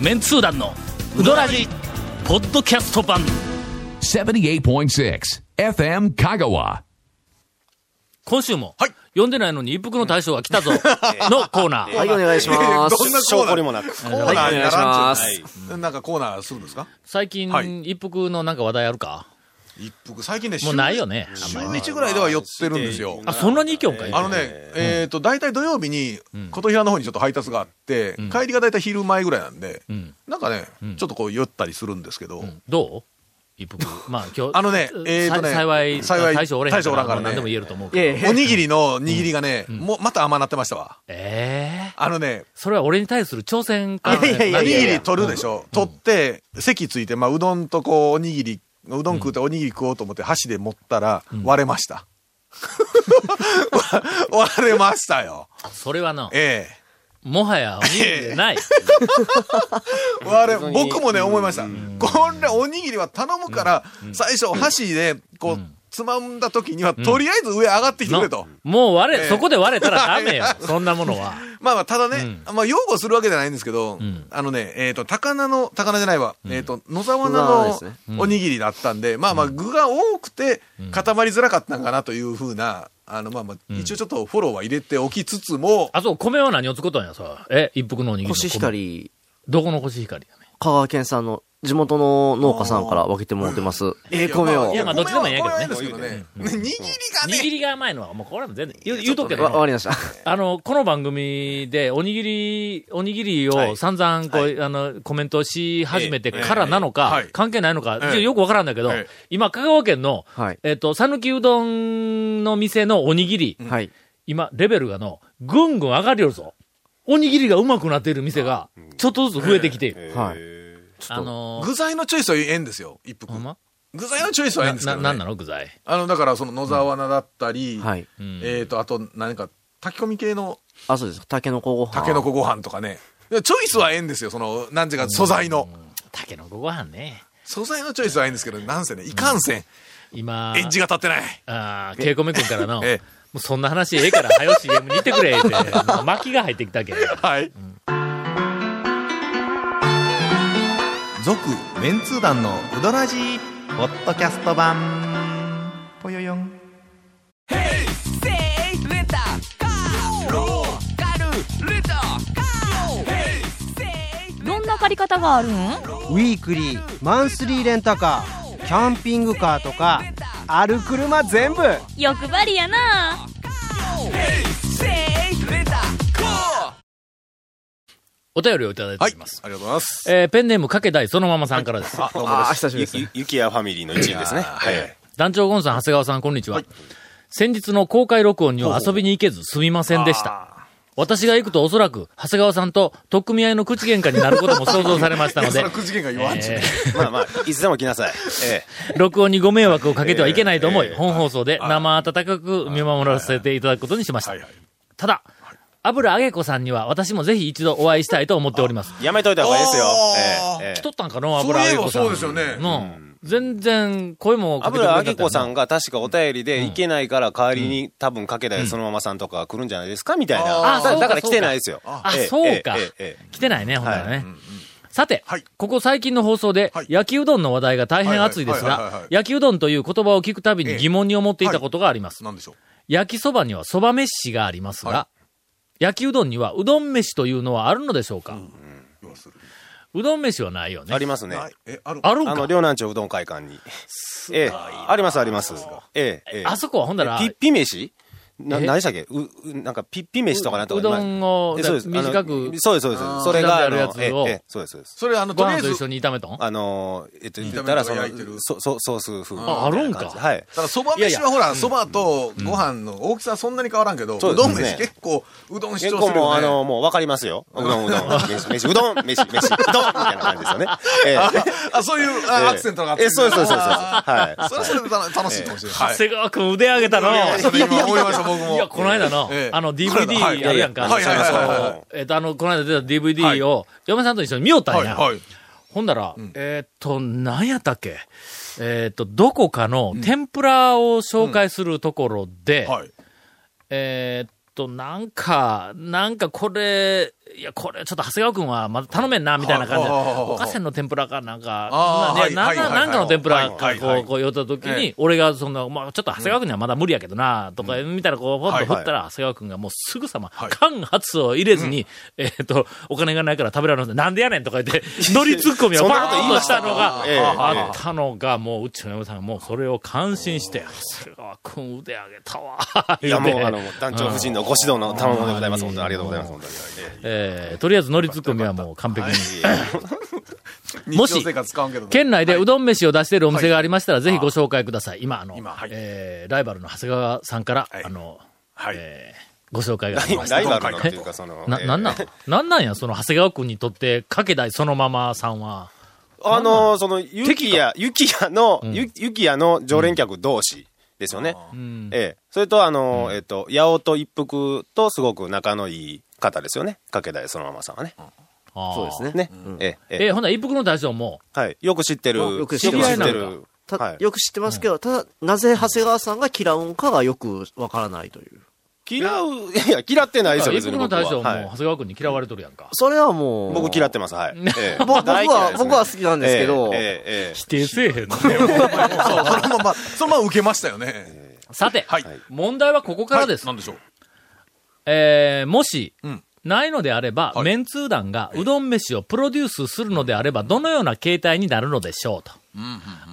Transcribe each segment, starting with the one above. メンツー団のウドラジポッドキャスト版78.6 FM Kagawa. 今週も、読んでないのに一服の大将が来たぞのコーナ ーはい、お願いしどんまなコす。ーナー証拠にもなく。コーナーにならはんじゃいお願いしますはいなんかコーナーするんですか最近、はい一服のなんか話題あるか一服、最近ね、もうないよね週週一ぐらいでは寄ってるんですよ。あそんなにいいきょんかあのね、えっと、大体土曜日に、琴平の方にちょっと配達があって、帰りが大体昼前ぐらいなんで、なんかね、ちょっとこう寄ったりするんですけど、どう一服まあ今日あのねえーとねさ幸い幸い大将おれへん大将おらんからね何でも言えると思うけどええおにぎりの握りがね、もうまた甘なってましたわ。ええあのね、それは俺に対する挑戦かいやいやいおやにいぎやいりや取るでしょ。取って、席ついて、まあ、うどんとこう、おにぎり、うどん食うておにぎり食おうと思って箸で持ったら、割れました。 割れましたよ。それはなええ。もはやおにぎりでない我々僕もね、思いました。これ、おにぎりは頼むから、最初、箸で、こう、つまんだ時には、とりあえず上上がってきてくれとの。もう割れ、ええ。そこで割れたらダメよそんなものは。まあまあ、ただね、まあ、擁護するわけじゃないんですけどん、あのね、えっと、高菜の、高菜じゃないわ、えっと、野沢菜野沢菜ですねのおにぎりだったんで、まあまあ、具が多くて、固まりづらかったんかなというふうな、あの、まあまあ、一応ちょっとフォローは入れておきつつも、あ、そう、米は何を作ったんや、さ。え、一服のおにぎりの米。コシヒカリ、どこのコシヒカリやね。香川県産の地元の農家さんから分けてもらってます。ええ米をいや。まあどっちでもええけどね米は米はですけどね。握りがね握、りが甘いのは、もうこれは全然、言う言うとくけわ、わどかね、り ました。あの、この番組で、おにぎり、おにぎりを散々、こう、あの、コメントし始めてからなのか、はい関係ないのか、ええちょよくわからんだけど、ええ今、香川県の、はいえっ、と、讃岐うどんの店のおにぎり、はい。今、レベルがの、ぐんぐん上がりよるぞ。おにぎりがうまくなっている店が、ちょっとずつ増えてきている。はい。あのー、具材のチョイスはええんですよ、一服ほ。んま具材のチョイスはええんですけな、ど、ね、なんなの具材。あのだからその野沢菜だったり、はい。うんえー、とあと何か炊き込み系のあ、そうです。タケノコご飯。たけのこご飯とかねチョイスはええんですよその何ていうか素材のたけのこご飯ね。素材のチョイスはええんですけどなんせねいかんせん今、エッジが立ってないあー、ケイコメ君からの、もええうそんな話ええから、はよ CM に行ってく れ、って、もう巻きが入ってきたけど。はい続メンツー団のウドラジーポッドキャスト版ぽよよんどんな借り方があるんウィークリーマンスリーレンタカーキャンピングカーとかある車全部欲張りやなお便りをいただいておはいありりがます。とうございますえーペンネームかけたいそのままさんからです。どうもあでー、す久しぶりですね。ゆきやファミリーの一員ですね。はい。団長ゴンさん、長谷川さん、こんにちは。先日の公開録音には遊びに行けずすみませんでした。私が行くとおそらく、長谷川さんと取っ組み合いの口喧嘩になることも想像されましたの そでら、くじけんが言わんちゅうねまあまあ、いつでも来なさい。え録音にご迷惑をかけてはいけないと思い、ええ本放送で生温かく見守らせていただくことにしました。ただ、油揚げ子さんには私もぜひ一度お会いしたいと思っております。えやめといた方がいいですよ。あーええ来えとえったんかの油揚げ子さん。そういえばそうですよねうん。全然、声もかけてくれな油か揚ったげよな子さんが確かお便りで行けないから代わりに多分かけたいそのままさんとか来るんじゃないですかみたいあーな。そうかだだから来てないですよ。あ、ええそうかええええ。来てないね、ほんならはね。さて、はいここ最近の放送で、はい焼きうどんの話題が大変熱いですはいはいはいはいがはい、焼きうどんという言葉を聞くたびに疑問に思っていたことがあります。なんでしょう焼きそばにはそば飯がありますが、は焼きうどんにはうどん飯というのはあるのでしょうか、うどん飯はないよね。ありますね。ないえあるあるんあかの、両南町うどん会館に。ええ、ありますあります。ええ、ええ。あそこはほんだらえピッピ飯な、え何でしたっけう、うなんかピッピ飯とかなんとか。ううどんをえそうです短くあのそうです、そうです。そ刻んれでが、あるやのつをええええそうです、そうです。それあのごとりあ飯えとず一緒に炒めたんあのー、えっと、言った炒めらたそらの焼いてる、そ、そ、ソース風。ああるんかみたいな感じはい。ただそばいやい飯やはほらそばとご飯の大きさはそんなに変わらんけど、うそうでどすんね飯結構うどん主結張す構るもう、あのよー、ねもう分かりますよ。うどん、うどん、飯、飯、うどん、飯、飯、うどんみたいな感じですよね。ええ。あそういうあアクセントがあってええ、そうです、そうです、そうです。はい。それはそれで楽楽しいかもしれない、長谷川君腕上げたの。はい、それ今思いました僕もいや、この間のええ、あの、この DVD 間はいあるやんか。はいはいはいはいはいそうえっと、あの、この間出た DVD を、嫁さんと一緒に見よったんや。はいはいほんだら、えーっと、何やったっけえーっと、どこかの天ぷらを紹介するところで、はいえーっと、なんか、なんかこれ、いや、これ、ちょっと長谷川君はまだ頼めんな、みたいな感じで、あああああおかせんの天ぷらかなんか、ああなはいでなはいんかはいなんかの天ぷらはか、いはこ、いうこう、寄った時えにえ、俺が、その、まあちょっと長谷川君にはまだ無理やけどな、とか、みたいな、こう、ほっと振ったら、長谷川君がもうすぐさま、い間髪を入れずに、えっと、お金がないから食べられないなんでやねんとか 言って、乗りツッコミをバーンとしたのが、ええあったのが、もう、うちの嫁さんがもうそれを感心して、長谷川君腕上げたわ、いや、も言う、てあの、団長夫人のご指導の賜物でございます。本当にありがとうございます。本当に。えーとりあえず乗りツッコミはもう完璧に。ももしし、日常生活使うんけどね県内でうどん飯を出しているお店がありましたら、ぜひご紹介ください。今、あの、今はいえーライバルの長谷川さんから、はいあの、はいえーご紹介があ りま えしラたイ。バルのっていうか、その、な、えーなんなんなんなんや、その長谷川君にとって、かけだいそのままさんは。あのーその、ゆきや、ゆきやの、んゆゆきやの常連客同士ですよね。うんええ。それと、あのーえっと、八尾と一服とすごく仲のいい方ですよね。かけだいそのままさんはね。あーそうですね。ねうん。ええ。えええーほんなら一服の大将も、はい。よく知ってる。よく知ってますよくたはい。よく知ってますけど、ただ、なぜ長谷川さんが嫌うんかがよくわからないという。嫌う、いや、嫌ってないですよ、一別服にの僕は。大将も、は長い谷川君に嫌われとるやんか。それはもう。僕嫌っってます、はい。 僕は、僕は好きなんきですけど、ええ、ええ。否定せえへんのそうそのまま、そのまま受けましたよね。 さて、はい問題はここからです。はいなんでしょう。えーもし、うんないのであれば、はいメンツー団がうどん飯をプロデュースするのであれば、どのような形態になるのでしょうと。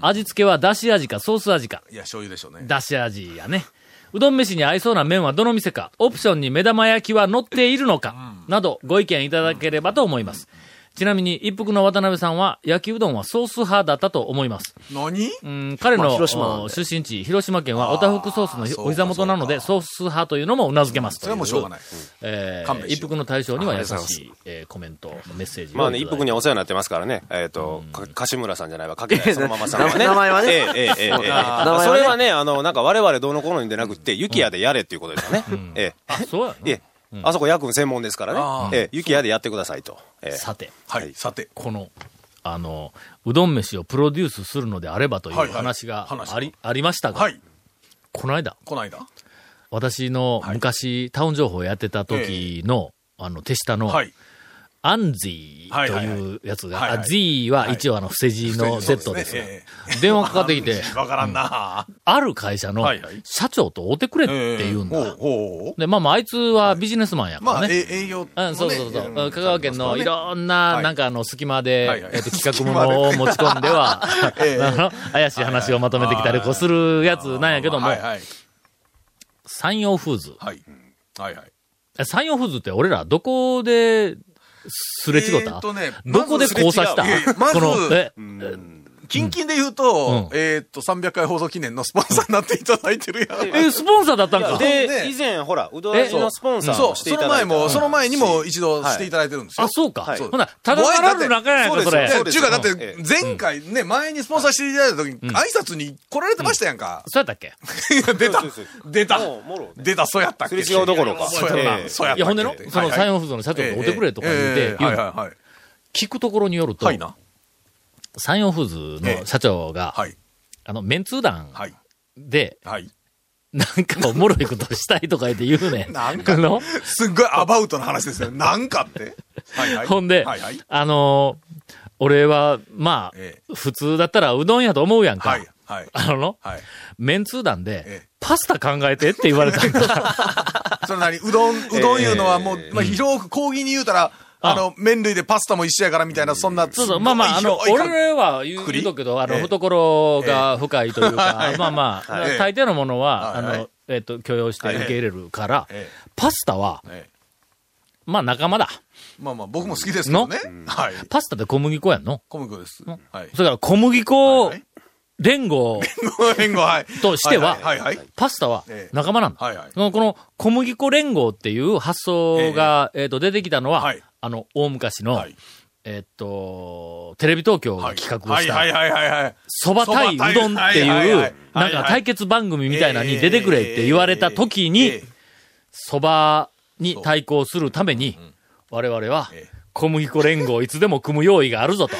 味付けはだし味かソース味か、いや、醤油でしょうね。だし味やね。うどん飯に合いそうな麺はどの店か、オプションに目玉焼きは乗っているのか、などご意見いただければと思います。ちなみに、一服の渡辺さんは、焼きうどんはソース派だったと思います。何うん、彼の、まあ広島なんでお出身地、広島県はおたふくソースのひそうかお膝元なので、ソース派というのもうなずけますとそれはもうしょうがない。え勘弁ー、しよう一服の対象には優ありがとうごしい、えーコメント、メッセージをまあね、い一ただいて服にはお世話になってますからね。えっ、と、か、柏村さんじゃないわ、かけないそのままさんは ね。名前はねええええええええ名前はねそれはね、あの、なんか我々どうのこうのじゃなくて、雪屋でやれっていうことですよね。えあ、そうやえ。いえ、あそこ夜君専門ですからあね。ええ、雪屋でやってくださいと。えな。え。さて、はい、さて。この、あの、うどん飯をプロデュースするのであればといはいうはい話があり、話がありましたが、はい、この間、この間。私の昔、タウン情報をやってた時の、あの、手下の、はい。アンジーというやつが、はいはいあ、Z は一応あの、伏せ字のセットですよ。え電話かかってきて、 えわからんな。ある会社のはいはい社長と会うてくれって言うんだ。ほうほうで、まあまあ、あいつはビジネスマンやからね。まあ、え営業もね。うん、そうそうそう。ん香川県のいろんな、なんかあの、隙間はでいは、いえっ と、企画ものを持ち込んでは、 ええあの怪しい話をまとめてきたり、こうするやつなんやけどもは、いはい。山陽フーズ。はい。はいはい。え山陽フーズって俺らどこで、すれ違っえたーとねどこで交差したまずすれ違ういやいやまずこの、え、近々で言うと、うんえーっと、300回放送記念のスポンサーになっていただいてるやん。えスポンサーだったんかで、ね以前、ほら、うどらじのスポンサーそをう、してそいたのだい前た。も、その前にもうん一度していただいてるんですよ。あ、そうかはい。ほな、ただならぬ仲やんか、それ。いやそうちですゅうか、だってええ、前回ね、前にスポンサーしていただいた時に、挨拶に来られてましたやんか。そうやったっけい や出たそうそうそう出たもうもろね出た、そうやったっけすれ違うどころかそうやったええそうやったっいけや、ほんでの、その山後陽フーズの社長と会うてくれとか言うて、言はういのはいはい。聞くところによるとは、いな。山陽フーズの社長が、はい。あの、メンツー団はい。で、はい。なんかおもろいことしたいとか言って言うねん。 なんかあのすっごいアバウトな話ですよ。なんかって。はいはいほんで、はいはい。あのー俺は、まあ、え普通だったらうどんやと思うやんか。はい。はい。あのの、はい。メンツー団で、ええパスタ考えてって言われたん だ。それなり、う どん、うどんいうのはもう、まあ、広く講義に言うたら、あの、麺類でパスタも一緒やからみたいな、そんな。そうそう、まあまあ、あの、広い感じ俺は言う言栗うとくけど、あの、ええ懐が深いというか、まあまあ、 はい大抵のものは、はあいはいの、えっ、と、許容して受け入れるから、ええパスタは、ええまあ仲間だ。まあまあ、僕も好きですけどね。はい。パスタって小麦粉やんの小麦粉です。はい。それから小麦粉はい連合弁護、はい。 としては、はいはい。パスタはええ仲間なんだ。はいはいそのこの小麦粉連合っていう発想が、えっ、と、出てきたのは、はいあの、大昔の、はいえっ、と、テレビ東京が企画をはいしはいた、はいはいはい。そば対うどんってはいいはいはうい、なんか対決番組みたいなのに出てくれって言われた時に、そばに対抗するために、我々はええ、小麦粉連合いつでも組む用意があるぞと。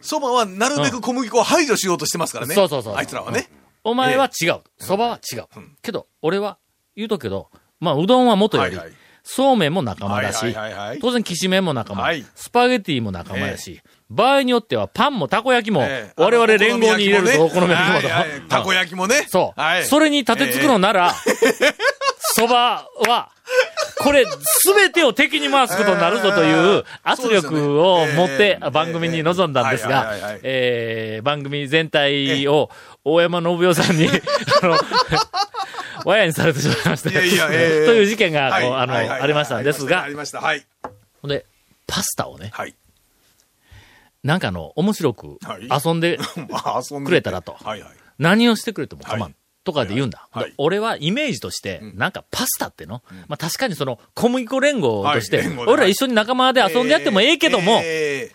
そばはなるべく小麦粉を排除しようとしてますからね。そうそうそうあいつらはね。お前は違う。そばは違う。けど、俺は、言うとくけど、まあ、うどんは元よりはいはい、そうめんも仲間だはしいはいはいはい、当然きしめんも仲間はい、スパゲティも仲間やし、場合によってはパンもたこ焼きもええ、我々連合に入れるとお好み焼きもはいはいはいたこ焼きもね。そう。はい。それに立てつくのなら、そばは、これ、すべてを敵に回すことになるぞという圧力を持ってえー番組に臨んだんですがえーはいはいはいはい、えー番組全体を大山信代さんに、あの、 わやにされてしまいました。いやいやとえーいう事件が、はいこうあの、はいはいはいありましたんですがあり、ました。はい。ほんで、パスタをね、はい。 なんかあの、面白くはい遊んでまあ、遊んでてくれたらとはいはい。何をしてくれても構わはんい。とかで言うんだ、はいはい俺はイメージとして、なんかパスタっての、まあ確かにその小麦粉連合として、はい連合で俺ら一緒に仲間で遊んでやってもええけども、え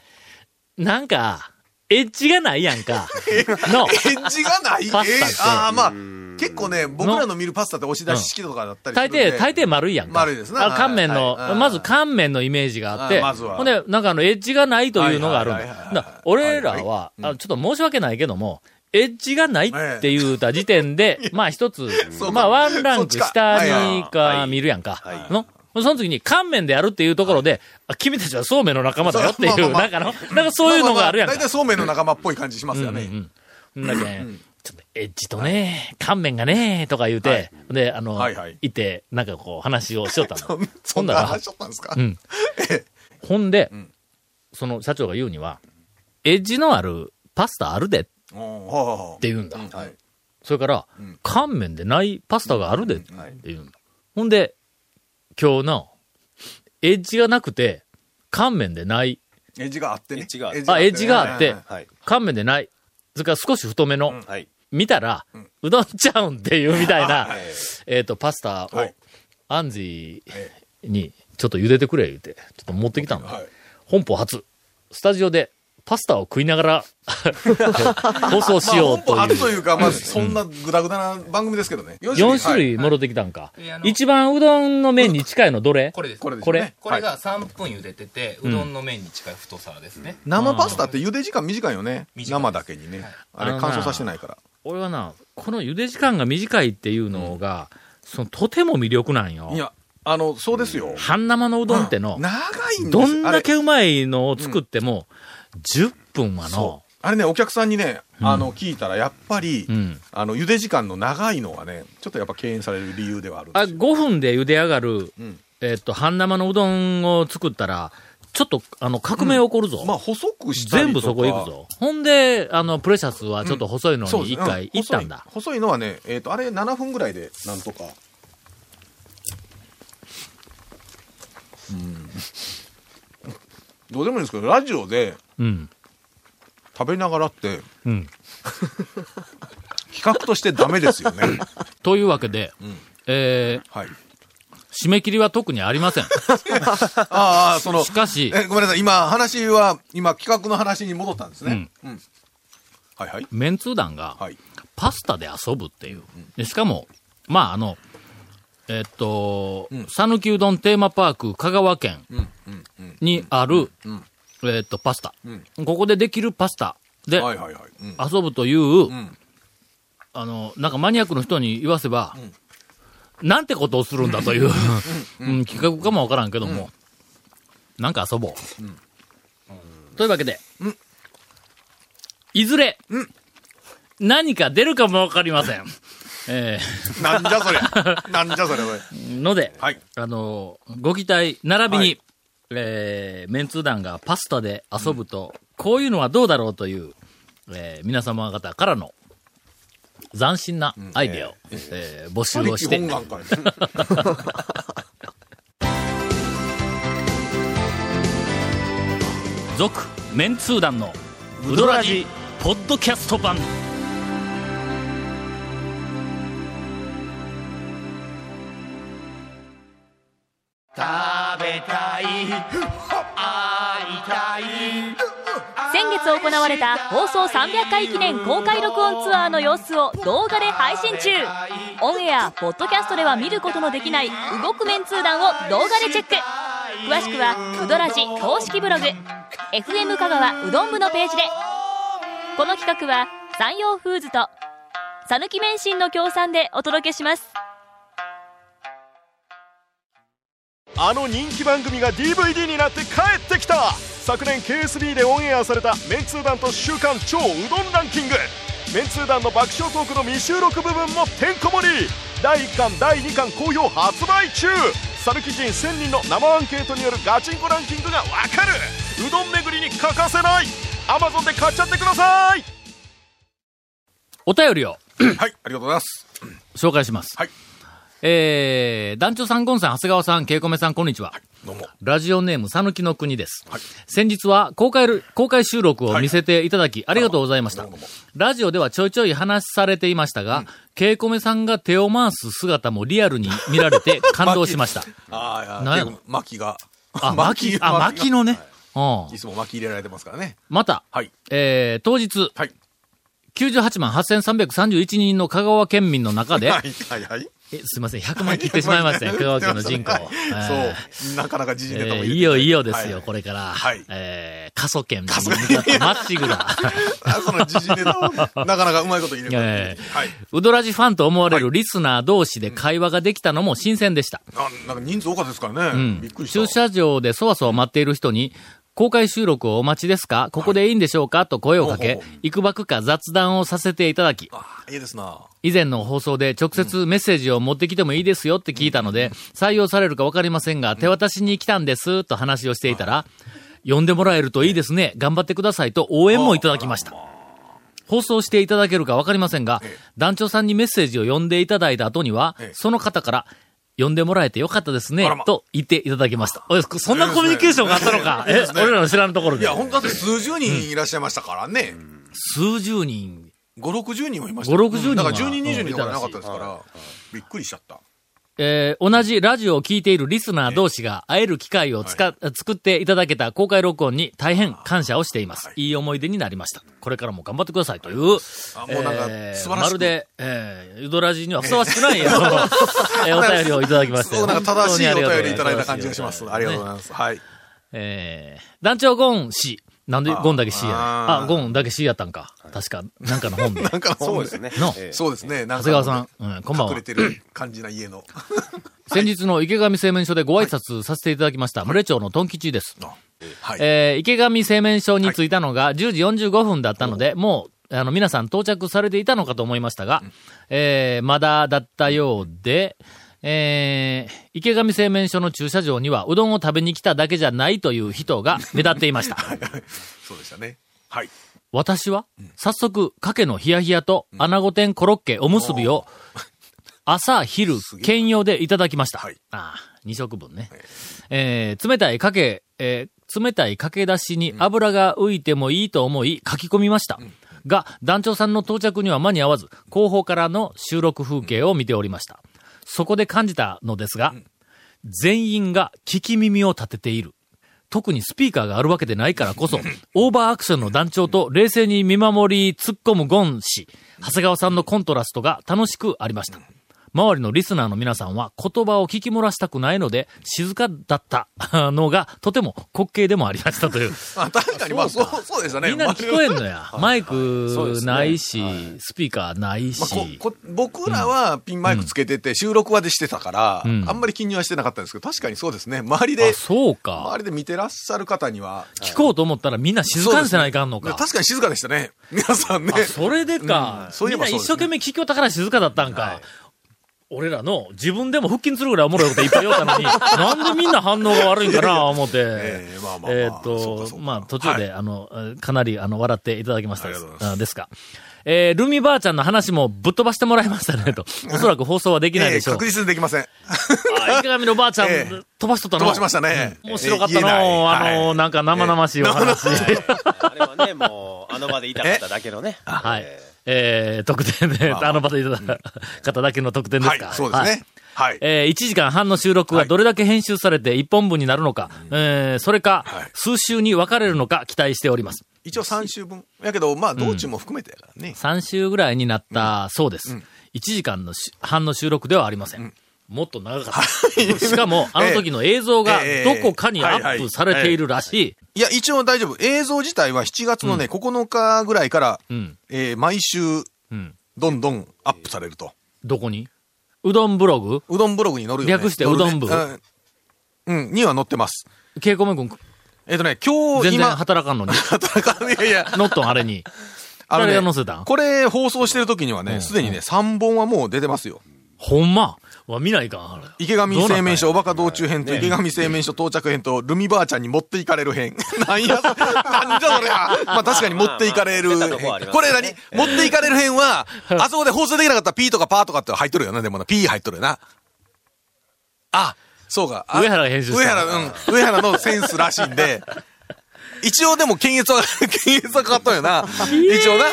なんか、エッジがないやん か。の、ーエッジがない。パスタってえーああ、まあ、結構ね、僕らの見るパスタって押し出し式とかだったりす大るんで。抵、大抵丸いやんか。丸いですねあはい乾麺の、はいはいまず乾麺のイメージがあって、あまずはほんで、なんかあの、エッジがないというのがあるんだ。はいはいはいはいだから俺らは、はいあのちょっと申し訳ないけども、エッジがないって言うた時点で、 まあ一つそう、かまあワンランクそっちか下にはいかはい見るやんか。はいのその時に乾麺でやるっていうところで、あ君たちはそうめんの仲間だよっていそうう、まあなまんあかの、なんかそういうのがあるやんかままま大。体そうめんの仲間っぽい感じしますようんうね。んうん。だけん、ちょっとエッジとね、乾麺がね、とか言うて、で、あの、はい行はいって、なんかこう話をし よったの。そんななら話しちゃったんですかうん。ほんで、その社長が言うには、エッジのあるパスタあるでっておーはあはあはあ言うんだ。はいそれから、乾麺でないパスタがあるでって言うんだ。ほんで、今日の、エッジがなくて、乾麺でない、エッジがあってね。エッジがあってあ、エッジがあって、はい。乾麺でない、それから少し太めの、はい。見たら、うどんちゃうんっていうみたい な、えっと、パスタをはい、アンジーに、ちょっと茹でてくれ言うて、ちょっと持ってきたの。はい本邦初、スタジオで、パスタを食いながら、 放送しようとまあ、本当い初とう。いうか、まあ、そんなグダグダな番組ですけどね。4 4種類は戻ってきたんか。一番うどんの麺に近いのどれこれですいこれですねこれこれが3分茹でてて、うどんの麺に近い太さですね、生パスタって茹で時間短いよね。短い生だけにね。あれあのな乾燥させてないから。俺はな、この茹で時間が短いっていうのが、その、とても魅力なんよい。や、あの、そうですよ。半生のうどんっての、長いんですよどんだあれけうまいのを作っても、10分はのそ、うあれね、お客さんにね、あの、聞いたら、やっぱり、うんあの、茹で時間の長いのはね、ちょっとやっぱ敬遠される理由ではあるんであすよ。 5分で茹で上がる、んえっと、半生のうどんを作ったら、ちょっと、あの、革命起こるぞ。まあ、細くしたり全部とかそこ行く。ぞ。ほんで、あの、プレシャスはちょっと細いのそうにです一回う行ったんだ。細い細いのはね、えっ、と、あれ7分ぐらいで、なんとか。うん。どうでもいいんですけど、ラジオでうん。食べながらって、うん。企画としてダメですよね。というわけで、えーはい。締め切りは特にありません。ああ、そのし、かし、え、ごめんなさい、今、話は、今、企画の話に戻ったんですね。うん。はいはい。メンツー団が、はい。パスタで遊ぶっていう。でしかも、まあ、あの、えっとん、讃、岐、うどんテーマパーク香川県うん、うん、うん。にある、えっと、パスタ、ここでできるパスタではいはいはい。うん。遊ぶという、んあの、なんかマニアックの人に言わせば、なんてことをするんだという、うん企画かもわからんけども、なんか遊ぼう。というわけで、いずれ、何か出るかもわかりません。えなんじゃそれ。 なんじゃそれ、おいーので、はいあの、ご期待、並びに、はいえーメンツー団がパスタで遊ぶと、こういうのはどうだろうという、えー皆様方からの、斬新なアイデアを、えー募集をして本、願から。続、メンツー団の、ウドラジ、ポッドキャスト版。先月行われた放送300回記念公開録音ツアーの様子を動画で配信中オンエアポッドキャストでは見ることのできない動く面通談を動画でチェック詳しくはうどらじ公式ブログ FM 香川うどん部のページでこの企画は山陽フーズと讃岐免震の協賛でお届けしますあの人気番組が DVD になって帰ってきた昨年 KSB でオンエアされた「メンツー団と週刊超うどんランキング」メンツー団の爆笑トークの未収録部分もてんこ盛り第1巻第2巻好評発売中サルキ人1000人の生アンケートによるガチンコランキングがわかるうどん巡りに欠かせない Amazon で買っちゃってくださいお便りをはい、ありがとうございます。紹介します。はいえー、団長さん、ゴンさん、長谷川さん、ケイコメさん、こんにちは。どうも。ラジオネーム、さぬきの国です。先日は公開る、公開収録を見せていただき、ありがとうございました。ラジオではちょいちょい話されていましたが、ケイコメさんが手を回す姿もリアルに見られて感動しました。ああ、なんいやや、巻きが。あ、巻き、あ、巻きのね。うんい。つも巻き入れられてますからね。また、はいえー、当日、はい98万8331人の香川県民の中で、はい、はい、はい。えすいません、100万切ってしまい ましたね、香川県の人口。はいえーそう。なかなかじじいネタえもー入れていよいよですよ、はいこれから。はいえー、過疎圏に向かってまっしぐら。あその時事ネタをなかなかうまいこと入れえる。ーはい。ウドラジファンと思われるリスナー同士で会話ができたのも新鮮でした。あなんか人数多かったですからね。うんびっくりした。駐車場でそわそわ待っている人に、公開収録をお待ちですかここでいいんでしょうかと声をかほけうほう、幾ばくか雑談をさせていただき、あいいですな。以前の放送で直接メッセージを持ってきてもいいですよって聞いたので、採用されるかわかりませんが、手渡しに来たんです、と話をしていたら、呼んでもらえるといいですね。頑張ってくださいと応援もいただきました。放送していただけるかわかりませんが、団長さんにメッセージを呼んでいただいた後にはええ、その方から、呼んでもらえてよかったですねあらま、と言っていただきました。おいそんなコミュニケーションがあったのか。え、俺らの知らんところいでや、。本当だって数十人いらっしゃいましたからね。数十人。五六十人もいました。 5 60人はだから10人、20人とかうんなかったですから、びっくりしちゃった。えー同じラジオを聴いているリスナー同士が会える機会をつか、作っていただけた公開録音に大変感謝をしています。い、い思い出になりました。これからも頑張ってくださいという。あもうなんかえー素晴らしくまるで、えー、ユドラジにはふさわしくない、あの えーお便りをいただきましすて。ごいなんか正し本当にいおありがとうござ便まりすいただいた感じがします。ありがとうございます。はい。えー、団長ゴン氏。なんであーゴンだけ C やねんあーあ、ゴンだけ C やったんか。確か、なんかの本で。なんかそうですね。のええそうですね。長長谷川さん、うん、こんばん隠はれ。てる感じな家の。先日の池上製麺所でご挨拶させていただきました、群れ町のトン吉です。はい。えー池上製麺所に着いたのが10時45分だったので、もう、あの、皆さん到着されていたのかと思いましたが、えーまだだったようで、えー池上製麺所の駐車場には、うどんを食べに来ただけじゃないという人が目立っていました。そうでしたね。はい。私は、早速、かけのヒヤヒヤと、穴子天コロッケおむすびを、 朝、昼、兼用でいただきました。はいああ、2食分ね。えー冷たいかけ、えー冷たいかけだしに油が浮いてもいいと思い書き込みました。が、団長さんの到着には間に合わず、後方からの収録風景を見ておりました。そこで感じたのですが、全員が聞き耳を立てている。特にスピーカーがあるわけでないからこそ、 オーバーアクションの団長と冷静に見守り突っ込むゴン氏、長谷川さんのコントラストが楽しくありました。周りのリスナーの皆さんは言葉を聞き漏らしたくないので、静かだった のがとても滑稽でもありましたという。あ確かに、まあ、そう、そうでしたね。みんな聞こえんのや。マイそうクですねないし、スピーカーないまあし。ここ僕らはピンマイクつけてて、収録はでしてたから、うんあんまり気にはしてなかったんですけど、確かにそうですね。周りであ、、そう周か。りで見てらっしゃる方には。聞こうと思ったらみんな静かにせないかんのねか。確かに静かでしたね。 皆さんね。あ、それでか。うんそうみいえんばなそうですね一生懸命聞きよったから静かだったんか。はい俺らの自分でも腹筋するぐらいおもろいこといっぱい言おった のに、なんでみんな反応が悪いんかな、思って。ええまあまあまあえーっそうかそと、うかまあ途中で、あの、えーかなり、あの、笑っていただきましたあでりすがとうございあですか。えールミばあちゃんの話もぶっ飛ばしてもらいましたね、と。おそらく放送はできないえでえしょう。確実にできま せん。あ池上のばあちゃん、ええ飛ばしとったの飛ばしましたね。面白かったの、ええ言えあないの、はいなんか生々しいお話。あれはね、もう、あの場でいたかっただけ のね。はいえー。えー、特典で、あの場でいただいた方だけの特典ですか。はい、そうですはいね。はい。えー、1時間半の収録がどれだけ編集されて1本分になるのか、えー、それか、はい数週に分かれるのか期待しております。一応3週分。やけど、まあ、道中も含めてやからね。 3週ぐらいになったそうです。1時間のし半の収録ではありません。もっと長かった。しかも、あの時の映像がええどこかにアップされているらしい。いや、一応大丈夫。映像自体は7月のね、9日ぐらいから、うん。えー毎週、うん。どんどんアップされると。どこにうどんブログうどんブログに載るよ、ね。略してうどん部載るねうん、には乗ってます。稽古目君、えっとね、今日、全然今、働かんのに。働かんいやいや、ノットンあれに。あの誰ねが載せたんこれ放送してる時にはね、すでにね、3本はもう出てますよ。ほんま。わ、見ないかんあれ。池上製麺所おバカ道中編とね池上製麺所到着編とルミばあちゃんに持っていかれる編。 なんや、なんじゃそりゃ。まあ確かに持っていかれるま編。あまあまあこれ何持っていかれる編は、あそこで放送できなかったら P とかパーとかって入っとるよな。でもな、P 入っとるよな。あ、そうか。あ上原が編集した上原、うん。上原のセンスらしいんで。一応でも検閲は、 検閲は変わったよな。一応な。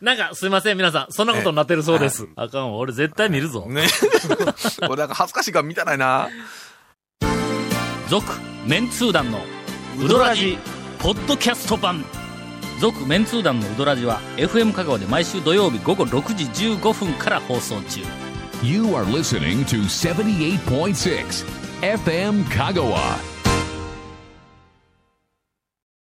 なんか、すいません、皆さん。そんなことになってるそうです。あかんわ、俺絶対見るぞ。ね。 俺なんか恥ずかしいから見たないな。続メンツー団のウドラジポッドキャスト版続メンツー団のウドラジは FM 香川で毎週土曜日午後6時15分から放送中 You are listening to 78.6 FM Kagawa.